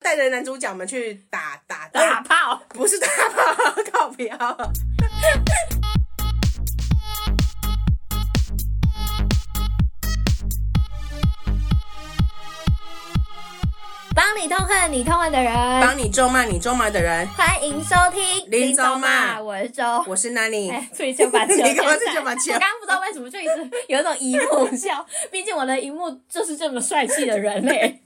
带着男主角们去打打打，炮，不是打炮， 靠标。帮你痛恨你痛恨的人，帮你咒骂你咒骂的人，欢迎收听林林州骂骂我是周。我是 Nani。哎，所以就把 球你干嘛牵是就把起球来我刚刚不知道为什么就一直有一种姨母 笑，毕竟我的姨母就是这么帅气的人嘞、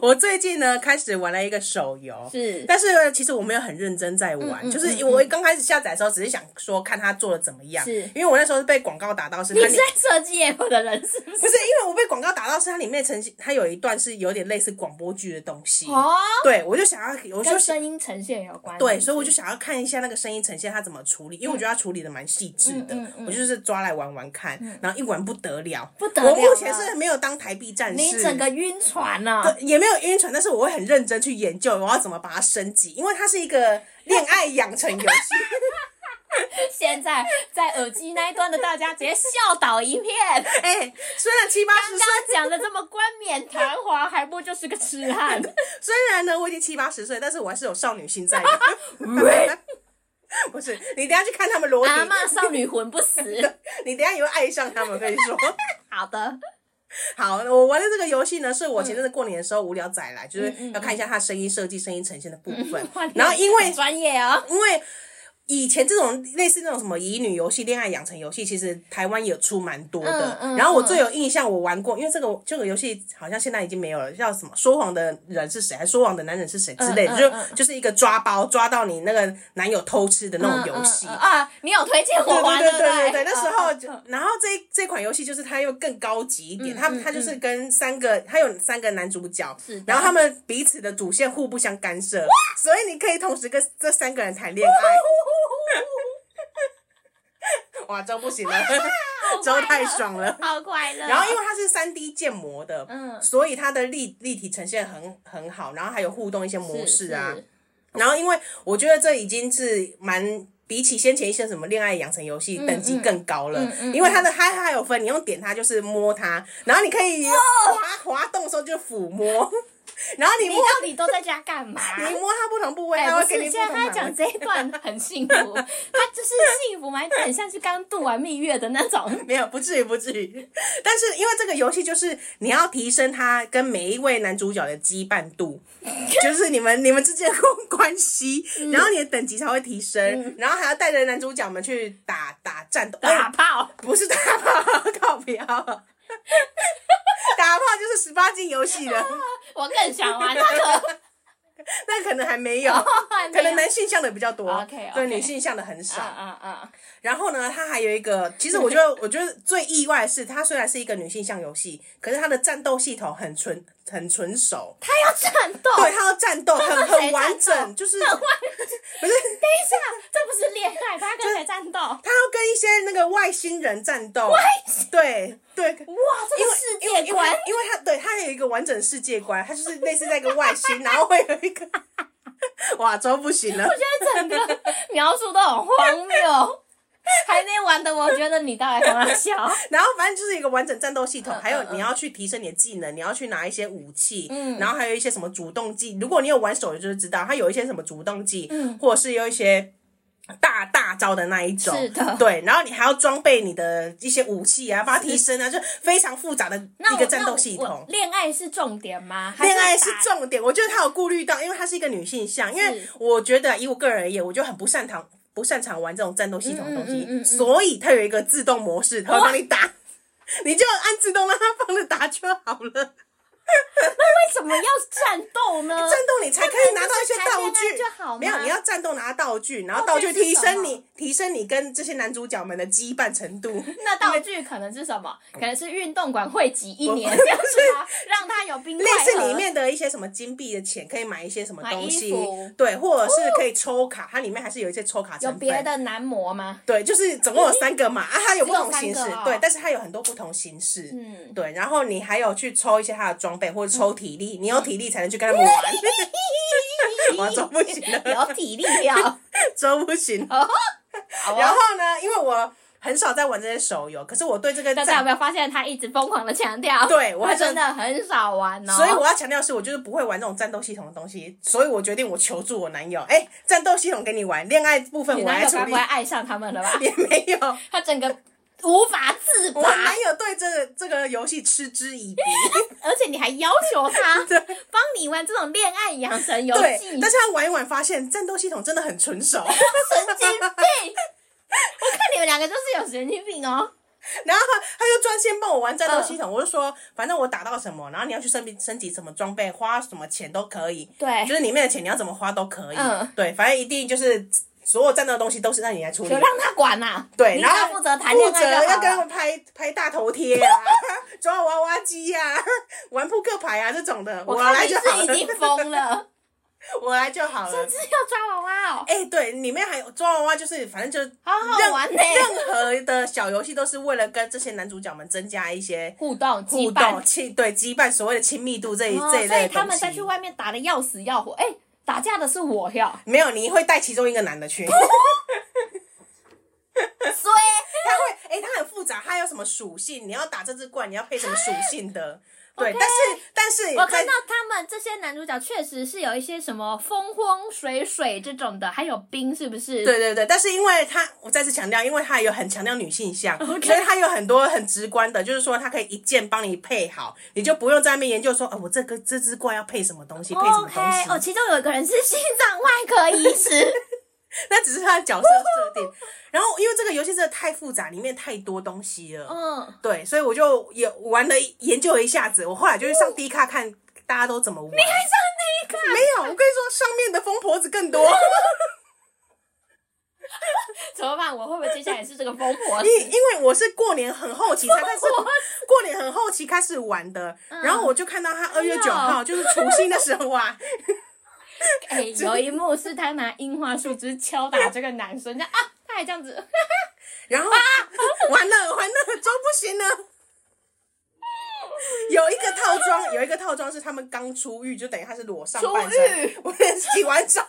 我最近呢开始玩了一个手游，是但是呢其实我没有很认真在玩，嗯嗯就是我刚开始下载的时候，只是想说看他做的怎么样，是因为我那时候是被广告打到是 你它是里。在设计耶我的人是不 不是？是，因为我被广告打到，是它里面呈现，它有一段是有点类似广播剧的东西。哦，对，我就想要，我就跟想声音呈现有关。对，所以我就想要看一下那个声音呈现它怎么处理，因为我觉得它处理的蛮细致的，嗯嗯嗯嗯我就是抓来玩玩看，然后一玩不得了，不得了我目前了是没有当台币战士，你整个晕船啊了、对也没有晕船，但是我会很认真去研究我要怎么把它升级，因为它是一个恋爱养成游 戏。现在在耳机那一端的大家直接笑倒一 片。哎、虽然七八十刚岁，刚讲的这么冠冕堂皇，还不就是个痴汉？虽然呢我已经七八十岁，但是我还是有少女心在 的。 不是，你等一下去看他们裸体，阿嬷少女魂不 死。你等一下也会爱上他们。我跟你说， 好的，好，我玩的这个游戏呢，是嗯我前阵子过年的时候无聊仔来，就是要看一下它声音设计、声音呈现的嗯部分。然后因为很专业哦，因为以前这种类似那种什么乙女游戏、恋爱养成游戏，其实台湾也有出蛮多的。嗯嗯然后我最有印象，我玩过，因为这个这个游戏好像现在已经没有了，叫什么“说谎的人是谁”还是“说谎的男人是谁”之类的，嗯嗯嗯就就是一个抓包抓到你那个男友偷吃的那种游戏。嗯嗯嗯啊，你有推荐我玩对不对对对对，那时候就嗯，然后这这款游戏就是它又更高级一点，嗯它嗯它就是跟三个，它有三个男主角是的，然后他们彼此的主线互不相干涉，所以你可以同时跟这三个人谈恋爱。哇，周不行了， 周太啊爽了。嗯好快乐。然后因为它是三 D 建模的，嗯所以它的立立体呈现很很好，然后还有互动一些模式啊，是然后，因为我觉得这已经是蛮比起先前一些什么恋爱养成游戏等级更高了，嗯嗯嗯因为它的嗨嗨有分，你用点它就是摸它，然后你可哦以滑滑动的时候就抚摸，然后你你摸到底都在家干嘛？ 你摸它不同部位，哎、它不会给是，你现不在同他反讲应。这一段 很幸福，他就是幸福嘛，他很像是刚度完蜜月的那 种。没有，不至于，不至于。但是因为这个游戏就是你要提升它跟每一位男主角的羁绊度，就是你们你们之间的关 系，嗯然后你的等级才会提升，然后还要带着男主角们去打打战斗，呃打炮，不是打炮，靠不要，打 炮就是十八禁游戏 了，我更想玩那个。那可能还没有， 可能男性向的比较多哦 OK，OK 对女性向的很啊少。啊啊！然后呢，它还有一个，其实我 觉得，我觉得最意外的是，它虽然是一个女性向游戏，可是它的战斗系统很纯很纯熟，他要战斗，对，它要战斗很谁很战完斗整，就是很不完是等一下，这不是恋爱，他跟谁战斗？它要跟一些那个外星人战斗，对对，哇，这因个为世因为界观，因为他对他有一个完整世界观，他就是类似在一个外星，然后会有一 个，哇，周不行了我。觉得整个 描述都很荒谬，还没玩的，我觉得你到底干嘛笑？ 然后反正就是一个完整战斗系统，嗯还有嗯嗯你要去提升你的技能，你要去拿一些武器，嗯然后还有一些什么主动技。如果你有玩手游，就是知道它有一些什么主动技，嗯或者是有一些。大大招的那一种，是的对，然后你还要装备你的一些武器啊，把它提升啊，就非常复杂的那一我个战斗系那统我。恋爱是重点吗？还恋爱打是重点，我觉得他有顾虑到，因为他是一个女性向，因为是我觉得以我个人而言，我就很不擅长不擅长玩这种战斗系统的东西，嗯嗯嗯嗯嗯所以他有一个自动模式，他会帮你打， 你就按自动让他帮着打就好了。哦为什么要战 斗呢？战斗你才可以拿到一些道那不是具就好吗没有你要战斗拿到道具，然后道道具具是提什升么你提升你跟这些男主角们的羁绊程 度。那道具可能是什么？可能是运动馆汇集一 年这样子吗？让它有冰块类似盒里面的一些什么金币的钱，可以买一些什么买东衣西服，哦对，或者是可以抽卡，它里面还是有一些抽卡成分。有别的男模吗？对，就是总共有三个嘛，啊，它有不同形式只有三个哦，对，但是它有很多不同形式， 嗯，对，然后你还有去抽一些它的装备或者抽体力，你有体力才能去跟他们玩。 我走不 行了 有体力要。周不行。好啊然后呢，因为我。很少在玩这些手游，可是我对这个大家有战没有发现他一直疯狂的强调？对我他还真的很少玩哦。所以我要强调的是，我就是不会玩这种战斗系统的东西，所以我决定我求助我男友，哎、战斗系统给你玩，恋爱部分你我男来友处该理不会，爱上他们了 吧？也没有。他整个无法自拔我，男友对这个这个游戏嗤之以鼻，而且你还要求他 帮你玩这种恋爱养成游对戏，，但是他玩一玩发现战斗系统真的很纯熟， 神经病！我看你们两个就是有神经病哦。然后他就专心帮我玩战斗系统，我就说反正我打到什么，然后你要去升级升级什么装备，花什么钱都可以，对就，是里面的钱你要怎么花都可以，哎嗯对，反正一定就是所有战斗的东西都是让你来处理就的。让他管呐、啊。对，你然只要后负责谈恋负爱责就要好跟他了。们拍拍大头贴啊， 抓娃娃机呀、啊， 玩扑克牌啊这种的，我我看来你就好是了已，经疯了， 我来就好甚了。至要抓娃娃哦，哎、对，里面还有抓娃娃，就是反正就好好玩 呢、任何的小游戏都是为了跟这些男主角们增加一些互动互羁绊动，亲对羁绊所谓的亲密度这一、哦这一所以类的他东们西再。去外面打的要死要活。哎、打架的是我 哟，没有，你会带其中一个男的 去，他所会，哎、他很复杂，他有什么属性？你要打这只怪，你要配什么属性 的？对 OK 但是但是 我在看到他们这些男主角确实是有一些什么风风水水这种的，还有冰是不是？，对对对，但是因为他，我再次强调，因为他有很强调女性向 OK 所以他有很多很直观的，就是说他可以一键帮你配好，你就不用在那边研究说，啊，我这个这只怪要配什么东西，配什么 OK，东西。哦，其中有一个人是心脏外科医师， 那只是他的角色设定。然后因为这个游戏真的太复杂，里面太多东西了，嗯，对，所以我就也玩了一研究了一下子，我后来就去上 D 卡看大家都怎么玩。哦还上哦那一个，没有，我跟你说，上面的疯婆子更多。怎么办？我会不会接下来是这个疯婆 子因？因为我是过年很后期才开始疯狂，过年很后期开始玩的，嗯然后我就看到他二月哎呦九号就是除夕的时候啊， 哎、有一幕是他拿樱花树枝敲打这个男生，这 样啊，他还这样子，然后完了完了，装不行了。有一个套装，有一个套装是他们刚出狱，就等于他是裸上半出身狱。我洗完澡，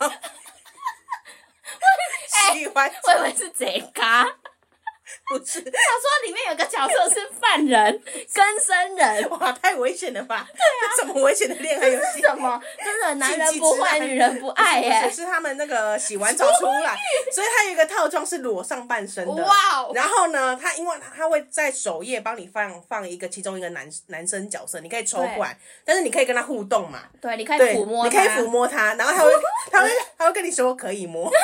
洗完我以澡为是贼咖。不是，他说里面有个角色是犯 人、更生人，哇，太危险了吧？对啊，这怎么危险的恋爱游戏？什么？真的男禁人忌不之 坏，爱女人不爱哎耶、不是是他们那个洗完澡出来，所以他有一个套装是裸上半身的。哇哦然后呢，他因为他会在首页帮你放放一个其中一个男男生角色，你可以抽换，但是你可以跟他互动嘛。对，你可以对，抚摸你它，可以抚摸他，然后他会，他会，他会跟你说可以摸，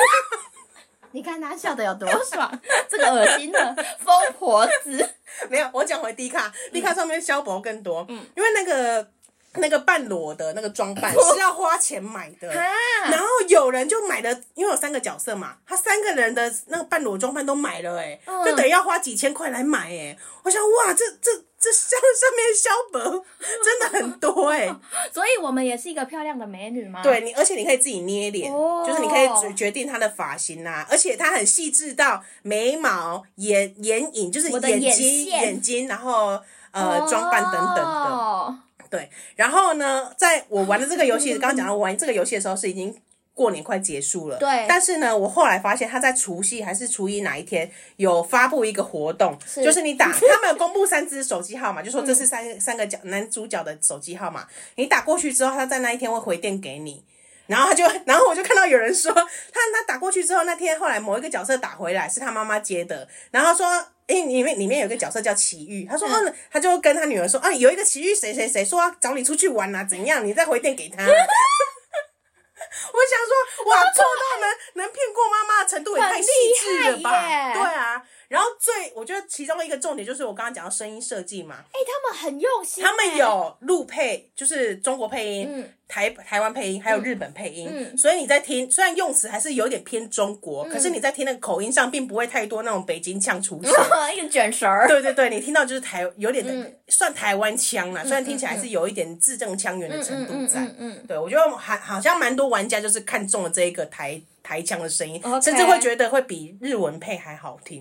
你看 他笑的有多爽，这个恶心的疯婆 子，没有。我讲回 D 卡，D 卡上面消薄更多，嗯，因为那个那个半裸的那个装扮是要花钱买的，然啊，后有人就买了，因为有三个角色嘛，他三个人的那个半裸装扮都买了、欸，哎、嗯就等于要花几千块来买、欸，哎，我想哇，这这这上上面消 薄真的很多、欸，哎，所以我们也是一个漂亮的美女吗？，对你，而且你可以自己捏脸，哦就是你可以决决定他的发型啊，而且他很细致到眉毛、眼眼影，就是我的眼睛、线哦眼睛，然后呃装扮等等的，的。对，然后呢，在我玩的这个游戏，刚刚讲到我玩这个游戏的时候是已经过年快结束了，对但是呢，我后来发现他在除夕还是初一哪一天有发布一个活动，是就是 你打他们有公布三只手机号码，就说这是三、三个角男主角的手机号码，你打过去之后，他在那一天会回电给你。然后他就， 然后我就看到有人说，他他打过去之后，那天后来某一个角色打回来是他妈妈接的，然后他说，诶、里面里面有一个角色叫奇遇，他说，嗯嗯、他就跟他女儿说，啊，有一个奇遇谁谁谁说要找你出去玩啊，怎样，你再回电给他。 我想说， 哇，做到能能骗过妈妈的程度也太细致了吧？很厉害耶对啊。然后最，我觉得其中一个重点就是我刚刚讲到声音设计嘛，哎、他们很用心、欸他们。有录配，就是中国配音、嗯台台湾配音，还有日本配音。嗯所以你在听，虽然用词还是有点偏中国，可是你在听那个口音上，并不会太多那种北京腔 出现。 一个卷舌儿，对对对，你听到就是台有点、嗯算台湾腔啦，虽然听起来还是有一点字正腔圆的程度在。嗯嗯嗯对，我觉得还好像蛮多玩家就是看中了这一个台台腔的声音 OK 甚至会觉得会比日文配还好听。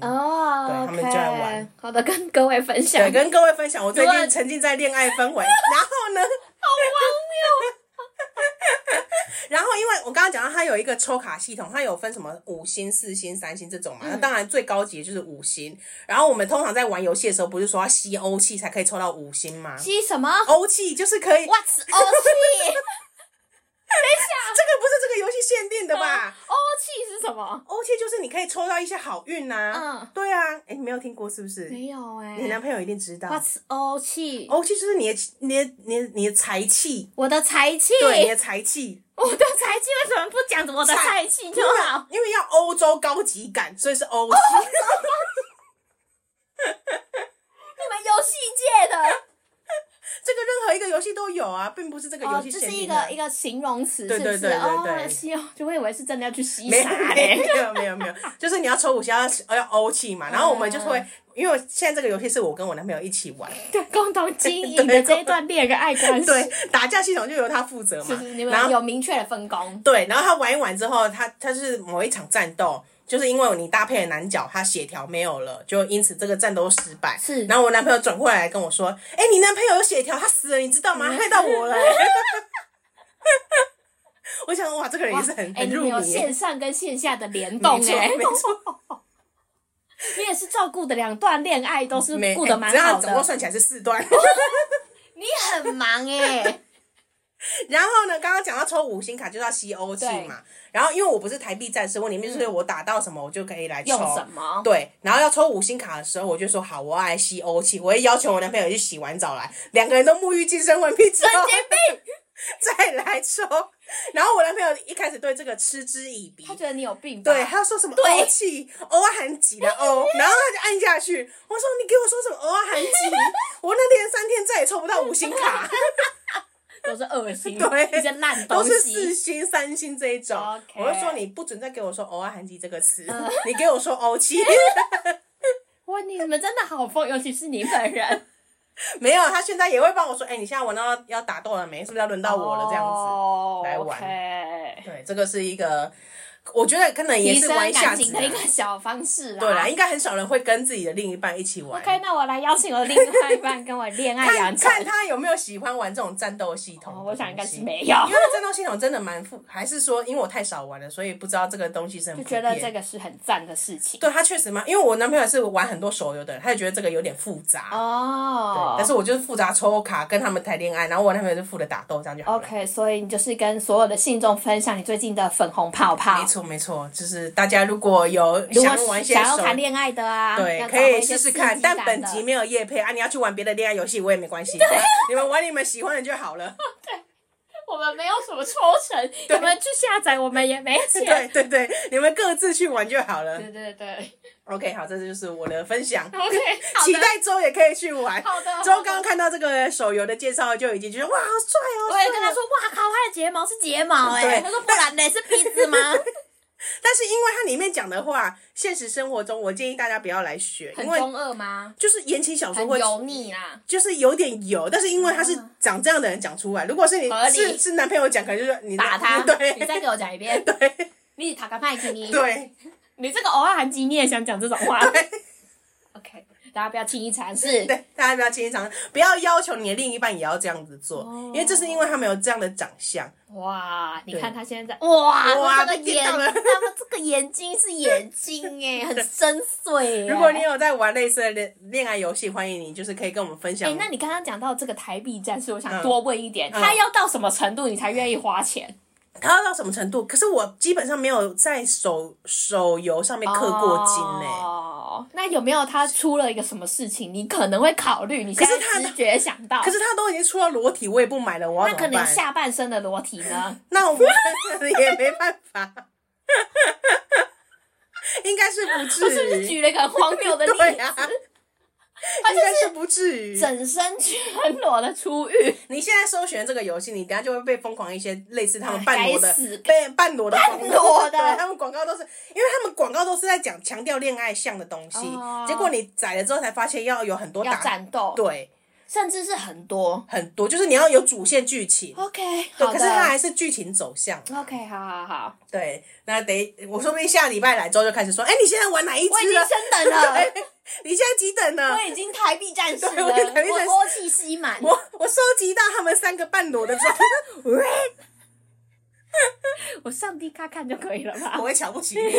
嗯哦，对他们就在玩。好的，跟各位分享，对，跟各位分享，我最如近果沉 浸在恋爱氛围，然后呢，好荒谬。然后后因为我刚刚讲到它有一个抽卡系统，它有分什么五星、四星、三星这种嘛。嗯那当然最高级的就是五星。然后我们通常在玩游戏的时候，不是说要吸欧气才可以抽到五星吗？吸什么欧气就是可以， ？What's 欧气？ 这个不是这个游戏限定的吧？欧气是什么？欧气就是你可以抽到一些好运呐、嗯对啊，哎，你没有听过是不是？没有哎、你男哦朋友一定知道。 What's 欧气？欧气就是你的、你的、你的、你的财气，我的财气，对，你的财气。我的财气为什么不讲我的财气就 好？因为要欧洲高级感，所以是欧气。你们游戏界的，这个任何一个游戏都 有啊，并不是这个游哦，戏这限是一定的。个一个形容词，是对不对是？对对对哦，吸哦，就会以为是真的要去吸没啥嘞。没有没有没有，就是你要抽五下要要欧气嘛，然后我们就是哦会，因为现在这个游戏是我跟我男朋友一起 玩， 对，共同经营的这一段恋人爱关系，对，打架系统就由他负责就嘛是你，然们后有明确的分工。对，然后他玩一玩之后，他他是某一场战斗。就是因为你搭配的男角他协调没有了，就因此这个战斗失败。是然后我男朋友转过来跟我说：“哎、你男朋友有协调，他死了，你知道吗？嗯害到我了、 我想，哇，这个人也是很哎，很你入们迷。有线上跟线下的联动没错哎，没错你也是照顾的两段恋爱都是没顾的哎蛮这样好总共的，算起来是四 段。你很 忙哎，然后呢，刚刚讲到抽五星卡就是要吸欧气嘛。然后因为我不是台币战士，我里面就是我打到什么我就可以来抽用。什么？对，然后要抽五星卡的时候，我就说好，我要来吸欧气，我会要求我男朋友去洗完澡来，两个人都沐浴净身完毕之后神经病！ 再来抽。然后我男朋友一开始对这个嗤之以鼻他，觉得你有病吧？对，他说什么对欧气，欧啊含几的欧，然后他就按下去。我说你给我说什么欧啊含几？ 我那天三天再也抽不到五星卡。都是恶 心，对一些烂都 东是四西。星、三星这一种。 OK 嗯我就说你不准再给我说“偶尔韩籍”这个词， 你给我说“欧 气。哇，你们真的好疯，尤其是你本人。”没有，他现在也会帮我说：“哎、你现在玩到要打斗了没？是不是要轮到我了？”这样子。哦来玩 OK 对，这个是一个，我觉得可能也提是升玩一下感子情啊、的一个小方式 啦。对啦，应该很少人会跟自己的另一半一起玩。 OK，那我来邀请我另外一半跟我恋爱看养看成。他有没有喜欢玩这种战斗系统、哦，我想应该是。没因有，为战斗系统真的蛮复，还是说因为我太少玩了，所以不知道这个东西是很就普觉得遍这个是很赞的事情。 对他确实嘛，因为我男朋友是玩很多手游的人，他就觉得这个有点复杂。哦，但是我就是复杂抽卡跟他们谈恋爱，然后我男朋友就负责打斗，这样就好了。 OK，所以你就是跟所有的信众分享你最近的粉红泡泡没。错没错，就是大家如果有如果想玩一些想要手谈恋爱的啊，对要，找可回以一些试试刺看。激但感本的集没有夜配啊，你要去玩别的恋爱游戏我也没关系，你们玩你们喜欢的就好了。 我们没有什么抽成，你们去下载，我们也没钱。对对对，你们各自去玩就好了。对对对 OK，好，这就是我的分享。 ，OK，好期的。待周也可以去玩。好的好的周刚刚看到这个手游的介绍就已经觉得哇，好帅哦！好我也帅跟哦他说，哇靠，他的睫毛是睫毛哎、对他说不然呢是鼻 子吗？但是因为它里面讲的话，现实生活中我建议大家不要来学，很因为中二吗？就是言情小说很会油腻啦。就是有点油，但是因为他是长这样的人讲出来，如果是你合理是是男朋友讲，可能就是你打他！对你再给我讲一遍。对你塔卡派基尼，对，你这个偶尔韩基你也想讲这种话？OK，大家不要轻易尝试。对，大家不要轻易尝试，不要要求你的另一半也要这样子做，哦因为这是因为他们有这样的长相，哇，你对看他现在在，哇，哇他这个被电眼，到了他们这个眼睛是眼睛 哎、很深邃、哎如果你有在玩类似的恋恋爱游戏，欢迎你就是可以跟我们分哎、享。那你刚刚讲到这个台币战士，我想嗯多问一点，嗯他要到什么程度你才愿意花钱？他要到什么程度？可是我基本上没有在手手游上面氪过金呢、哦，那有没有他出了一个什么事情，你可能会考虑？你现可是在他直觉想到，欸可是他都已经出了裸体，我也不买了，我那要可怎么能办？下半身的裸体 呢？那我们也没办法，应该是不我是不至是于，举了一个很荒 谬的例对子？啊，他应就该是是不至于。整身全裸的出 狱，你现在搜寻这个游戏，你等下就会被疯狂一些类似他们半裸哎该的死、被半裸的广告半裸的对他们广告都是，因为他们广告都是在讲强调恋爱向的东西，哦结果你载了之后才发现要有很多要打，战斗，对，甚至是很多。很多就是你要有主线剧情。 OK，对，哦可好的。是它还是剧情走向。 OK，好好好，对，那得我说不定下礼拜来之后就开始说，哎、你现在玩哪一只我已经了？升等 了，你现在几等呢我？已经台币战士对了，我已经台币战士我欧气吸满， 我我收集到他们三个半裸的照片，我上 D 卡看就可以了吧我？会瞧不起 你。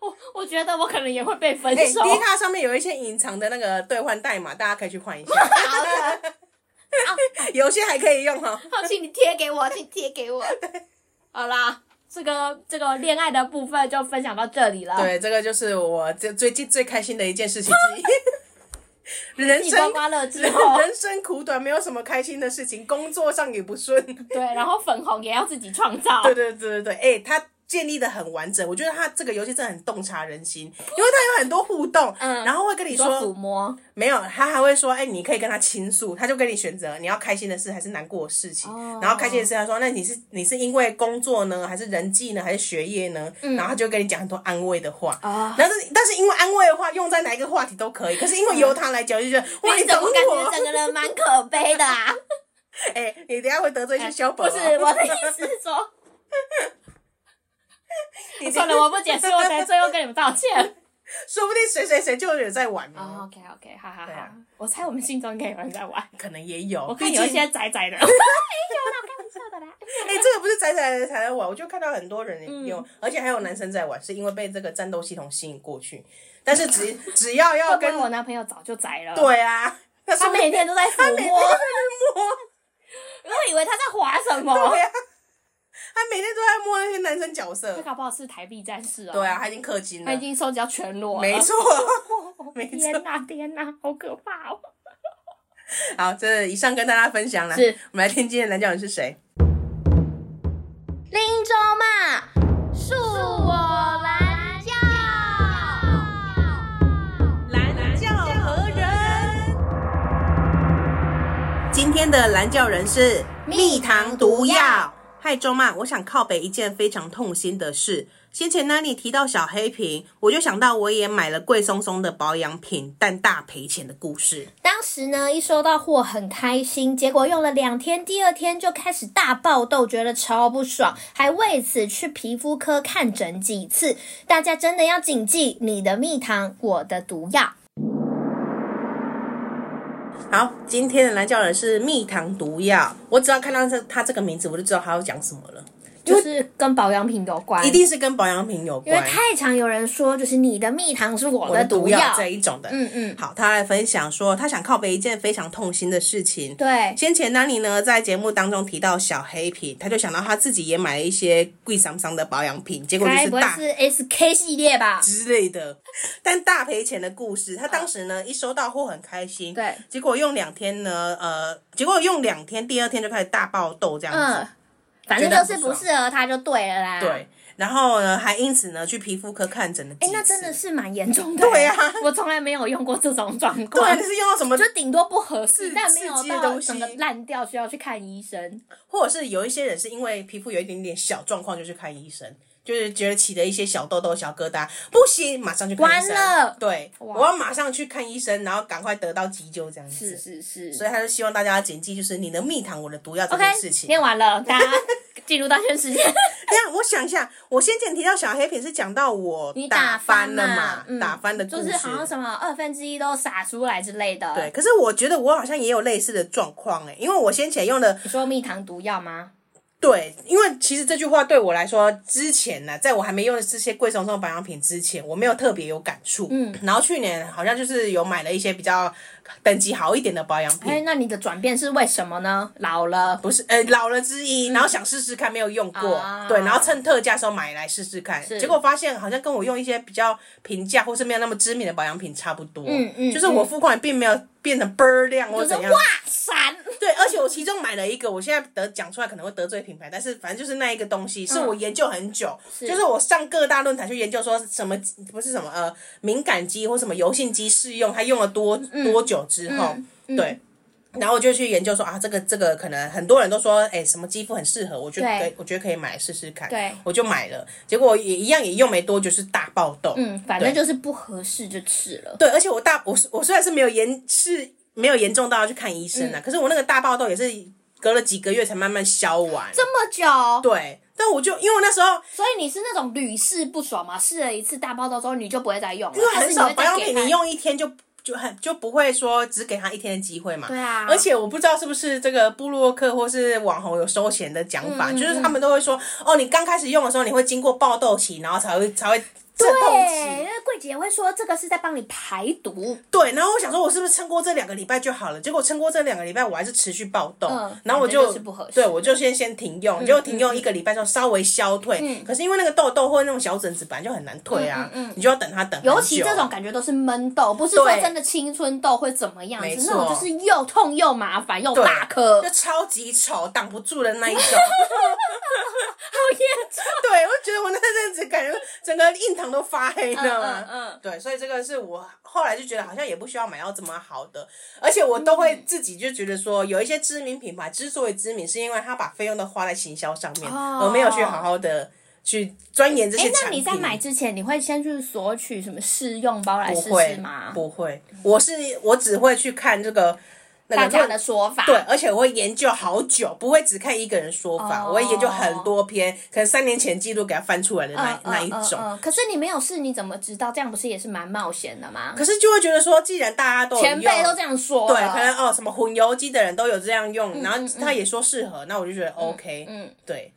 我我觉得我可能也会被分哎、手。 d 卡上面有一些隐藏的那个兑换代码，大家可以去换一下， 好的，有些还可以用哦。 好，请你贴给我，请贴给我。好啦，这个这个恋爱的部分就分享到这里了。，对，这个就是我这最近最开心的一件 事情之一。人刮生刮乐之后，人生苦短，没有什么开心的事情，工作上也不顺。 对，然后粉红也要自己创造。对对对对对，哎、它建立的很完整，我觉得它这个游戏真的很洞察人心，因为它有很多互动，嗯然后会跟你你说抚说摸，没有，他还会说，哎、你可以跟他倾诉，他就跟你选择你要开心的事还是难过的事情，哦然后开心的事他说，那你是你是因为工作呢，还是人际呢，还是学业呢？嗯然后他就跟你讲很多安慰的话，哦然后但是但是因为安慰的话用在哪一个话题都可以，可是因为由他来讲就觉得，哇，嗯你你怎懂么感觉我，整个人蛮可悲的啊？ 哎、 你等一下会得罪一些小哎啊不本、是我的意思是说， 你算了，我不解释，我才最后跟你们道 歉。说不定谁谁谁就有人在玩哦。哦 OK OK，好好对啊好，我猜我们心中应该有人在玩。可能也有，我看毕有竟一些仔仔的，没有啦，开玩笑的啦。哎、这个不是宅宅的才能玩，我就看到很多人嗯用，而且还有男生在玩，是因为被这个战斗系统吸引过去。但是 只只要要会不跟会我男朋友早就宅了？，对啊，那他说每天都在抚他每天摸，都我以为他在滑什在摸，么对。啊，他每天都在摸那些男生角他色。搞不好是台币战士哦。对啊，，他已经氪金他了已，经收集到全裸了。没错。 哦没错天哪，天哪，好可怕 哦！好，这以上跟大家分享了，是我们来听今天的男教人是谁。林州嘛，恕我蓝教。蓝教何人？今天的蓝教人是蜜糖毒药。嗨，周曼，我想靠北一件非常痛心的事。先前 Nanny 提到小黑瓶，我就想到我也买了贵松松的保养品，但大赔钱的故事。当时呢，一收到货很开心，结果用了两天，第二天就开始大爆痘，觉得超不爽，还为此去皮肤科看诊几次。大家真的要谨记，你的蜜糖，我的毒药。好，今天的蓝教人是蜜糖毒药。我只要看到这他这个名字，我就知道他要讲什么了，就是跟保养品有关，一定是跟保养品有因为关。太常有人说，就是你的蜜糖是我我的的毒毒药这一种的。嗯嗯，好，他来分享说，他想靠背一件非常痛心的事情。对，先前 Nani 呢在节目当中提到小黑瓶，他就想到他自己也买了一些贵桑桑的保养品，结果就该是不会大 是 SK 系列吧？之类的，但大赔钱的故事。他当时呢一收到货很开心，对，结果用两天呢，呃，结果用两天，第二天就开始大爆痘这样子。嗯，反正就是不适合他就对了啦。对，然后呢，还因此呢去皮肤科看诊了几哎、次。那真 的是蛮严重的。对啊 我从来没有用过这种状对，况你，是用到什么就顶多不合刺适，但没有刺激的到东西整个烂掉需要去看医生。或者是有一些人是因为皮肤有一点点小状况就去看医生，就是觉得起了一些小痘痘、小疙瘩，不行，马上去看医生。完了对，哇我要马上去看医生，然后赶快得到急救这样子。是是所是。以他就希望大家要谨记，就是你的蜜糖，我的毒药这 OK，件事情。念完了，大家进入到 宣时间。等一下我想一下，我先前提到小黑瓶是讲到我你打翻了嘛？嗯打翻的故就事。是好像什么二分之一都洒出来之类的。对，，可是我觉得我好像也有类似的状况哎，因为我先前用的你说蜜糖毒药吗？对，因为其实这句话对我来说，之前呢、在我还没用这些贵松松保养品之前，我没有特别有感触。嗯， 然后去年好像就是有买了一些比较等级好一点的保养品，哎、那你的转变是为什么呢？老了，不是呃老了之一，然后想试试看，没有用过，嗯啊对，然后趁特价的时候买来试试看，结果发现好像跟我用一些比较平价或是没有那么知名的保养品差不多。嗯嗯就是我付款并没有变成倍儿亮或就是怎样。哇闪。 对，而且我其中买了一个，我现在得讲出来可能会得罪品牌，但是反正就是那一个东西，是我研究很久，嗯是就是我上各大论坛去研究说什么不是什么呃敏感肌或什么油性肌适用，它用了多、嗯多久之后，对。然后我就去研究说啊，这个这个可能很多人都说，哎，什么肌肤很适合，我觉得对可以，我觉得可以买试试看。对我就买了，结果也一样也用没多久是大爆痘。嗯，反正对就是不合适就是了。对，而且我大我是我虽然是没有严是没有严重到要去看医生啊，嗯可是我那个大爆痘也是隔了几个月才慢慢消完。这么久，对，但我就因为我那时候所以你是那种屡试不爽嘛？试了一次大爆痘之后，你就不会再用了，因为啊还很是你少会再保养给品，它你用一天就就很就不会说只给他一天的机会嘛。对啊而且我不知道是不是这个部落客或是网红有收钱的讲嗯法，就是他们都会说，哦，你刚开始用的时候你会经过爆痘期，然后才会才会阵痛对，因期。为柜姐会说这个是在帮你排毒，对，然后我想说，我是不是撑过这两个礼拜就好了？结果撑过这两个礼拜，我还是持续爆痘，嗯然后我反正就就是不合适嗯对我就先先停用，结果停用一个礼拜之后稍微消退，可是因为那个痘痘或那种小疹子本来就很难退啊，嗯你就要等它等很久，尤其这种感觉都是闷痘，不是说对真的青春痘会怎么样没子，错那种就是又痛又麻烦又对大颗，好就严超级丑，挡不住的那 一种。重。对，我觉得我那阵子感觉整个印堂都发黑了嘛。嗯嗯嗯对，所以这个是我后来就觉得好像也不需要买到这么好的，而且我都会自己就觉得说，有一些知名品牌之所以知名，是因为他把费用都花在行销上面，哦而没有去好好的去钻研这哎、些那产你品。在买之前，你会先去索取什么试用包来不试会试吗？嗯不会，我是我只会去看这个。那个大家论的说法，对，而且我会研究好久，不会只看一个人说法，哦我会研究很多篇，可能三年前记录给他翻出来的那、嗯，那一种。嗯嗯嗯可是你没有试，你怎么知道？这样不是也是蛮冒险的吗？可是就会觉得说，既然大家都有前辈用都这样说对，了可能哦什么混油机的人都有这样用，然后他也说适合，那我就觉得 OK，嗯对，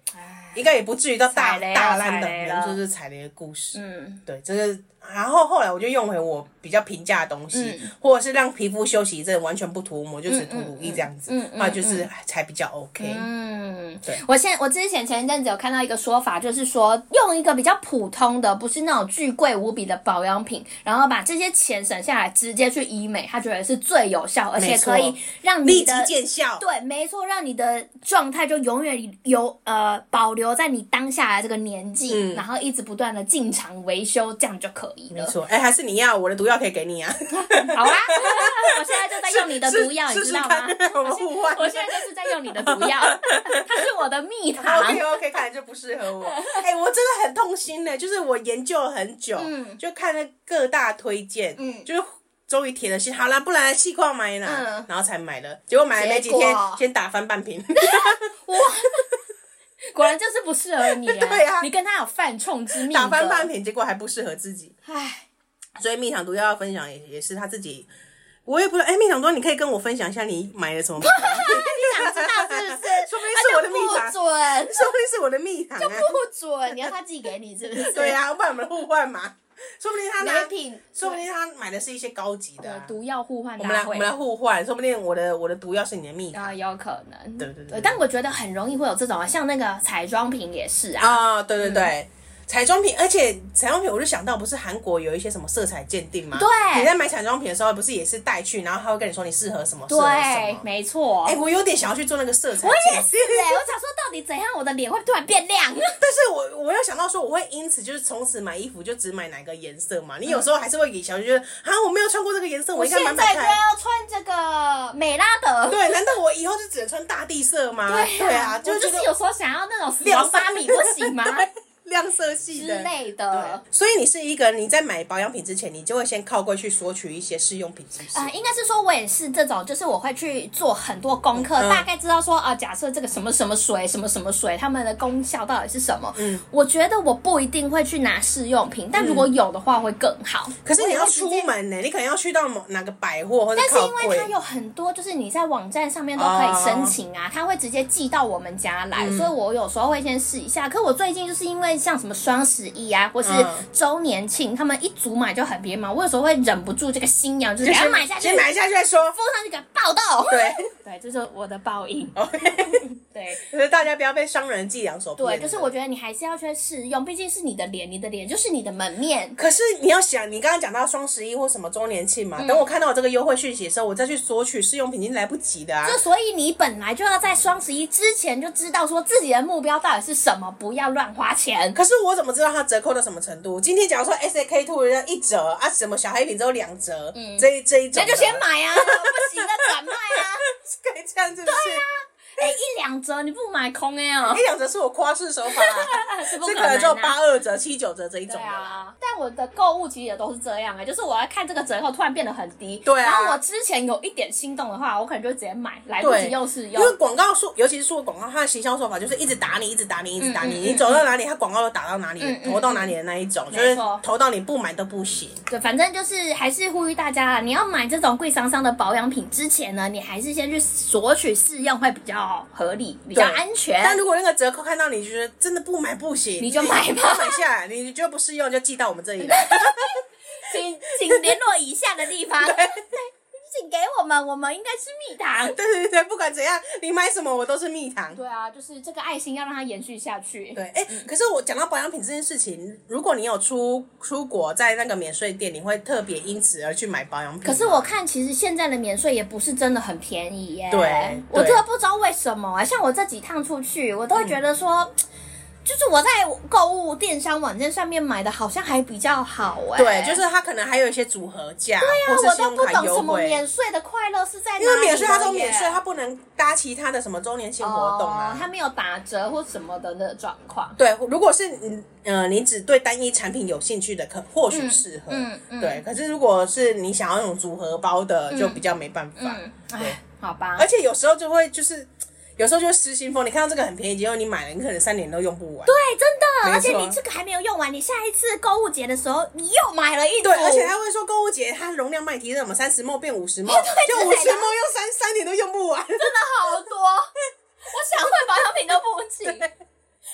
应该也不至于到大踩雷了大烂的踩雷了人，就是踩雷的故事。嗯，对，这个，然后后来我就用回我比较平价的东西，或者是让皮肤休息一阵，完全不涂抹，就只涂乳液这样子，嗯嗯嗯嗯那就是才比较 OK。嗯对，我现我之前前一阵子有看到一个说法，就是说用一个比较普通的，不是那种巨贵无比的保养品，然后把这些钱省下来，直接去医美，他觉得是最有效，而且没错可以让立你即的见效，对，没错，让你的状态就永远有呃保留在你当下的这个年纪，嗯然后一直不断的进场维修，这样就可以没了。错，哎、还是你要我的毒药可以给你 啊，好啊，我现在就在用你的毒药，你试试知道吗看？我们互换。我现在就是在用你的毒 药，它是我的蜜糖。 OK OK，看来就不适合我。哎、我真的很痛心呢，就是我研究了很久，嗯就看了各大推荐，嗯就是终于铁了心，好啦，不然来细矿买啦，嗯然后才买了，结果买了没几结天果，先打翻半瓶。哇，果然就是不适合你、啊。 对啊你跟他有犯冲之 命。打翻半。瓶，结果还不适合自己，唉，所以蜜糖毒药分享也也是他自己，我也不知道。哎、蜜糖多，你可以跟我分享一下你买了什么蜜糖？你想知道是不是？ 说不定是我的蜜那糖就不准， 说不定是我的蜜糖啊。不准，你要他寄给你是不是？对啊，不然我们互换嘛，说不定他拿美，品，说不定他买的是一些高级的、呃啊。毒药互换我们来大我会们。来互换，说不定我的我的毒药是你的蜜糖啊，有可能，对对对但我觉得很容易会有这种啊，像那个彩妆品也是啊，啊、对对对。彩妆品，而且彩妆品，我就想到不是韩国有一些什么色彩鉴定吗？对你在买彩妆品的时候，不是也是带去，然后他会跟你说你适合什么，适合什对么，。没错，啊哎、我有点想要去做那个色彩，我也是哎、我想说到底怎样我的脸会突然变亮？ 但是我我有想到说，我会因此就是从此买衣服就只买哪个颜色嘛。你有时候还是会给小觉得啊，我没有穿过这个颜色，我应该买嗯现买在就看。要穿这个美拉德，对，难道我以后就只能穿大地色吗？对啊，我觉就得是有时候想要那种死亮亡色芭比不行吗？ 对亮色系之的。类对的。，所以你是一个你在买保养品之前，你就会先靠柜去索取一些试用品，是不是？呃，应该是说我也是这种，就是我会去做很多功课，嗯大概知道说啊、假设这个什么什么水、什么什么水，它们的功效到底是什么。嗯，我觉得我不一定会去拿试用品，但如果有的话会更好。嗯可是你要出我也会直接门呢、你可能要去到某哪个百货或者但是靠因为柜它。有很多，就是你在网站上面都可以申请啊，它会直接寄到我们家来，所以我有时候会先试一下。可我最近就是因为像什么双十一啊，或是嗯周年庆，他们一组买就很便宜嘛，我有时候会忍不住这个心痒， 就就是给它先买下去，先买下去再说。封上去给它爆痘。对 对，这是我的报应。 ，OK，对。所以大家不要被商人伎俩所骗。对，就是我觉得你还是要去试用，毕竟是你的脸，你的脸就是你的门面。可是你要想，你刚刚讲到双十一或什么周年庆嗯嘛，等我看到我这个优惠讯息的时候，我再去索取试用品已经来不及的啊就。所以你本来就要在双十一之前就知道说自己的目标到底是什么，不要乱花钱。可是我怎么知道它折扣到什么程度？今天假如说 S A K two 一折啊，什么小黑瓶只有两折，这一这一种嗯那的，就先买啊，不行那转卖啊。 可以这样，是不是？哎、一两折你不买空哎哦、一两折是我夸饰手法啊， 是不这可可能能就啊。八二折、七九折这一种对的啦。啊，但但我的购物其实也都是这样哎、就是我要看这个折扣突然变得很低，对啊然后我之前有一点心动的话，我可能就直接买，来不及又试因用。为广告术，尤其是做广告，它的行销手法就是一直打你，一直打你，一直嗯打你，你走到哪里，它广告都打到哪里，投到哪里的那一种，就是没错投到你不买都不行。对，反正就是还是呼吁大家啊，你要买这种贵桑桑的保养品之前呢，你还是先去索取试用会比较合理，比较对安全。但如果那个折扣看到你觉得真的不买不行，哎你就买吧你就买下来，你就不适用就寄到我们这里 来。请请联络以下的地方，对， 请给我们，我们应该吃蜜糖。对对对，不管怎样，你买什么我都是蜜糖。对啊，就是这个爱心要让它延续下去。对，哎、可是我讲到保养品这件事情，如果你有出出国，在那个免税店，你会特别因此而去买保养品吗。可是我看，其实现在的免税也不是真的很便宜耶。对对我真的不知道为什么啊。像我这几趟出去，我都会觉得说，嗯就是我在购物电商网站上面买的，好像还比较好哎。对，就是它可能还有一些组合价，对啊，或我是信都用不卡懂优什么惠。免税的快乐是在哪里因为免税它了都免税，耶它不能搭其他的什么周年庆活动哦啊。它没有打折或什么的那状况。对，如果是你呃你只对单一产品有兴趣的，可或许适合。嗯嗯对，可是如果是你想要那种组合包的，就比较没办法。嗯，对哎，好吧而。且有时候就会就是，有时候就会失心疯。你看到这个很便宜，结果你买了，你可能三年都用不完。对，真的，没而且错你这个还没有用完，你下一次购物节的时候，你又买了一组，对，而且他会说购物节它容量卖提升，我们三十 ml 变五十 ml， 对就之五类的十 ml 用三三年都用不完。真的好多，我想换保养品都不 行。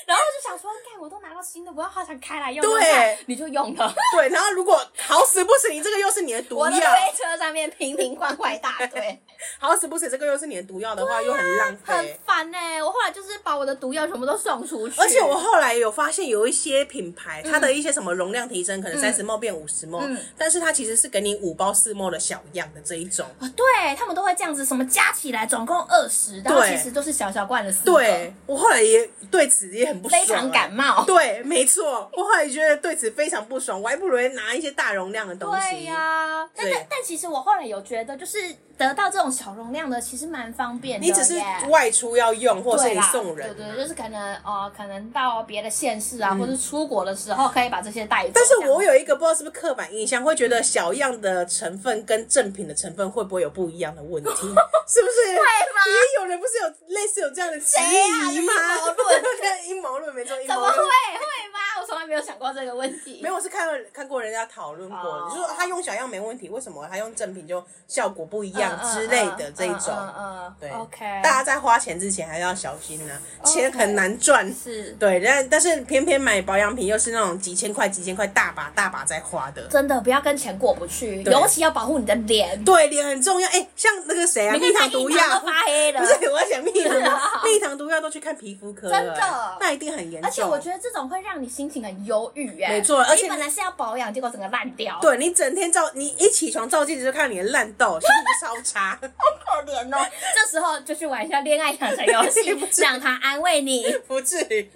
然后就想说，看我都拿到新的，我要好想开来用用对看，你就用了。对，然后如果好死不死，你这个又是你的毒我的药，推车上面瓶瓶罐罐一大堆，好死不死这个又是你的毒药的话，又很浪啊很费。烦哎、我后来就是把我的毒药全部都送出去，而且我后来有发现，有一些品牌，它的一些什么容量提升，可能三十 ml 变五十 ml，嗯但是它其实是给你五包四 ml 的小样的这一种。啊，对他们都会这样子，什么加起来总共二十，然后对其实都是小小罐的四个，对我后来也对此也很不爽、嗯啊非常感。冒。对，没错，我后来觉得对此非常不爽，我还不如拿一些大容量的啊东西。对呀、但对但但其实我后来有觉得，就是得到这种小容量的，其实蛮方便的你耶。只是外出要用，或是对你啦送人。啊嗯对对，就是可能呃，可能到别的县市啊，或者出国的时候，可以把这些带走。但是这样我有一个不知道是不是刻板印象，会觉得小样的成分跟正品的成分会不会有不一样的 问题？是不是？会吗也有人不是有类似有这样的质疑吗？谁啊阴谋论对阴谋论没错，阴怎谋么会论。会吗？我从来没有想过这个问题。没有，我是看看过人家讨论过的哦就说他用小样没问题，为什么他用正品就效果不一嗯样之类的这一种？嗯嗯，对，OK，大家在花钱之前还是要小心呢、钱 OK 很难赚。是对，但但是偏偏买保养品又是那种几千块、几千块大把大把在花的。真的不要跟钱过不去，对尤其要保护你的脸。对，脸很重要。哎、像那个谁啊，你蜜看他糖一毒拿药都，发黑了， 不是我要讲蜜糖毒药，蜜糖毒药都去看皮肤科了，啊哎真的那一定很严重。而且我觉得这种会让你心情很忧郁，哎，没错而且你本来是要保养，结果整个烂掉，，对你整天照，你一起床照镜子就看到你的烂痘，心情超差。 可怜哦。这时候就去玩一下恋爱养成游 不戏，让他安 慰你。不至于，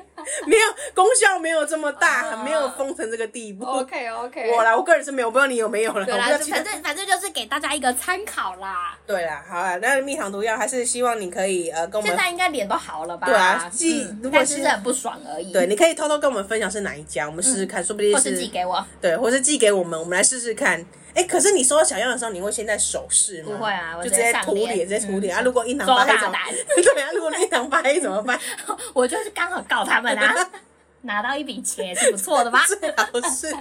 没有功效没有这么大，啊没有疯成这个地步。 OK，我啦，我个人是没有，我不知道你有没有啦。对我啦不知道，其他就反正反正就是给大家一个参考啦。对啦，好啦，那蜜糖毒药还是希望你可以呃跟我现们。在应该脸都好了吧？对啊既嗯如果但是是是很不爽而已。对，，你可以偷偷跟我们分享是哪一家，我们试试看，说不定嗯或是寄给我， 对，或是寄给我们，我们来试试看。哎，可是你收到小样的时候，你会先在手试吗？不会啊我就直直接接上涂脸脸，直接涂嗯脸啊！如果印堂周发黑大怎么胆 对啊，如果印堂发黑怎么办？我就是刚好告他们 啊，拿到一笔钱也是不错的吧？最好是。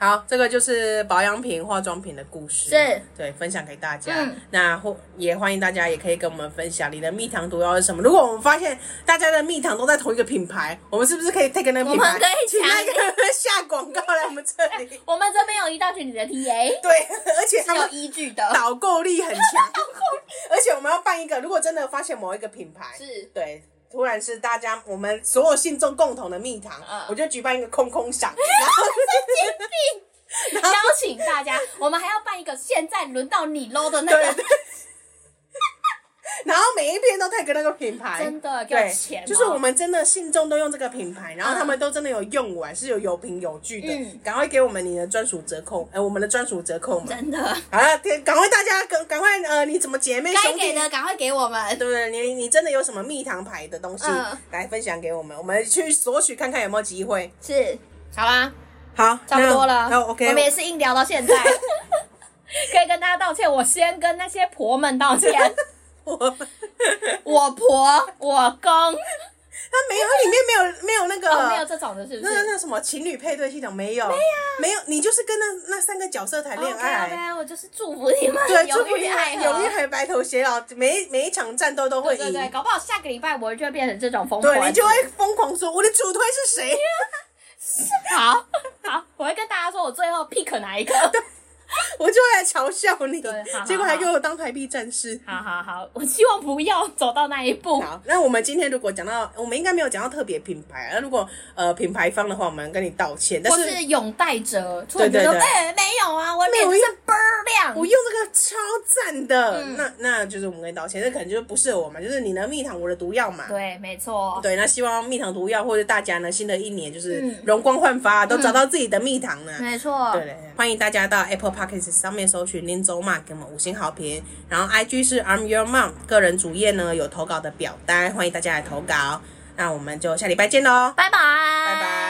好，这个就是保养品、化妆品的故事，是对分享给大家。嗯那或也欢迎大家也可以跟我们分享你的蜜糖毒药是什么。如果我们发现大家的蜜糖都在同一个品牌，我们是不是可以 take 那个我品们牌，可以请那抢个下广告来我们这里？我们这边有一道群你的 TA，对，而且他是有们依据的。导购力很强，而且我们要办一个，如果真的发现某一个品牌是对，突然是大家我们所有信众共同的蜜糖，嗯我就举办一个空空 赏，然后邀请大家，我们还要办一个现在轮到你喽的那对个 对。然后每一篇都 tag 那个品牌，真的给我对钱哦，就是我们真的信众都用这个品牌，然后嗯他们都真的有用完，是有有凭有据的。嗯赶快给我们你的专属折扣，哎、我们的专属折扣嘛。真的，好了，天赶快大家赶赶快呃，你怎么姐妹该兄给弟的赶快给我们。对不对？你你真的有什么蜜糖牌的东西、嗯来分享给我们，我们去索取看看有没有机会。是，好啦，好，差不多了。那 OK，我们也是硬聊到现在，可以跟大家道歉。我先跟那些婆们道歉，我我婆、我公，哦它没有，它里面没有没有那个、哦，没有这种的，是不啊那是那什么情侣配对系统没有，没有，没有，你就是跟那那三个角色谈恋爱。 ？OK，我就是祝福你们对，永祝福浴你爱河永远还白头偕老，每一每一场战斗都会对赢，对对，搞不好下个礼拜我就会变成这种疯对婆你子就会疯狂说我的主推是谁，好好，我会跟大家说我最后 pick 哪一个。我就会来嘲笑你对好好，结果还给我当台币战士。好好好，我希望不要走到那一步。好，那我们今天如果讲到，我们应该没有讲到特别品牌，那如果呃品牌方的话，我们跟你道歉，但或是是拥戴者，突然觉得对对对哎、没有啊，我脸没有是倍儿亮。我用这个超赞的，嗯那那就是我们跟你道歉，这可能就是不适合我们，就是你的蜜糖，我的毒药嘛。对，没错。对，那希望蜜糖毒药或者大家呢，新的一年就是嗯容光焕发，都找到自己的蜜糖呢。没错，对对对，欢迎大家到 Apple Podcast 上面搜寻林走马，给我们五星好评。然后 IG 是 I'm Your Mom，个人主页呢有投稿的表单，欢迎大家来投稿。那我们就下礼拜见喽，拜拜，拜拜拜。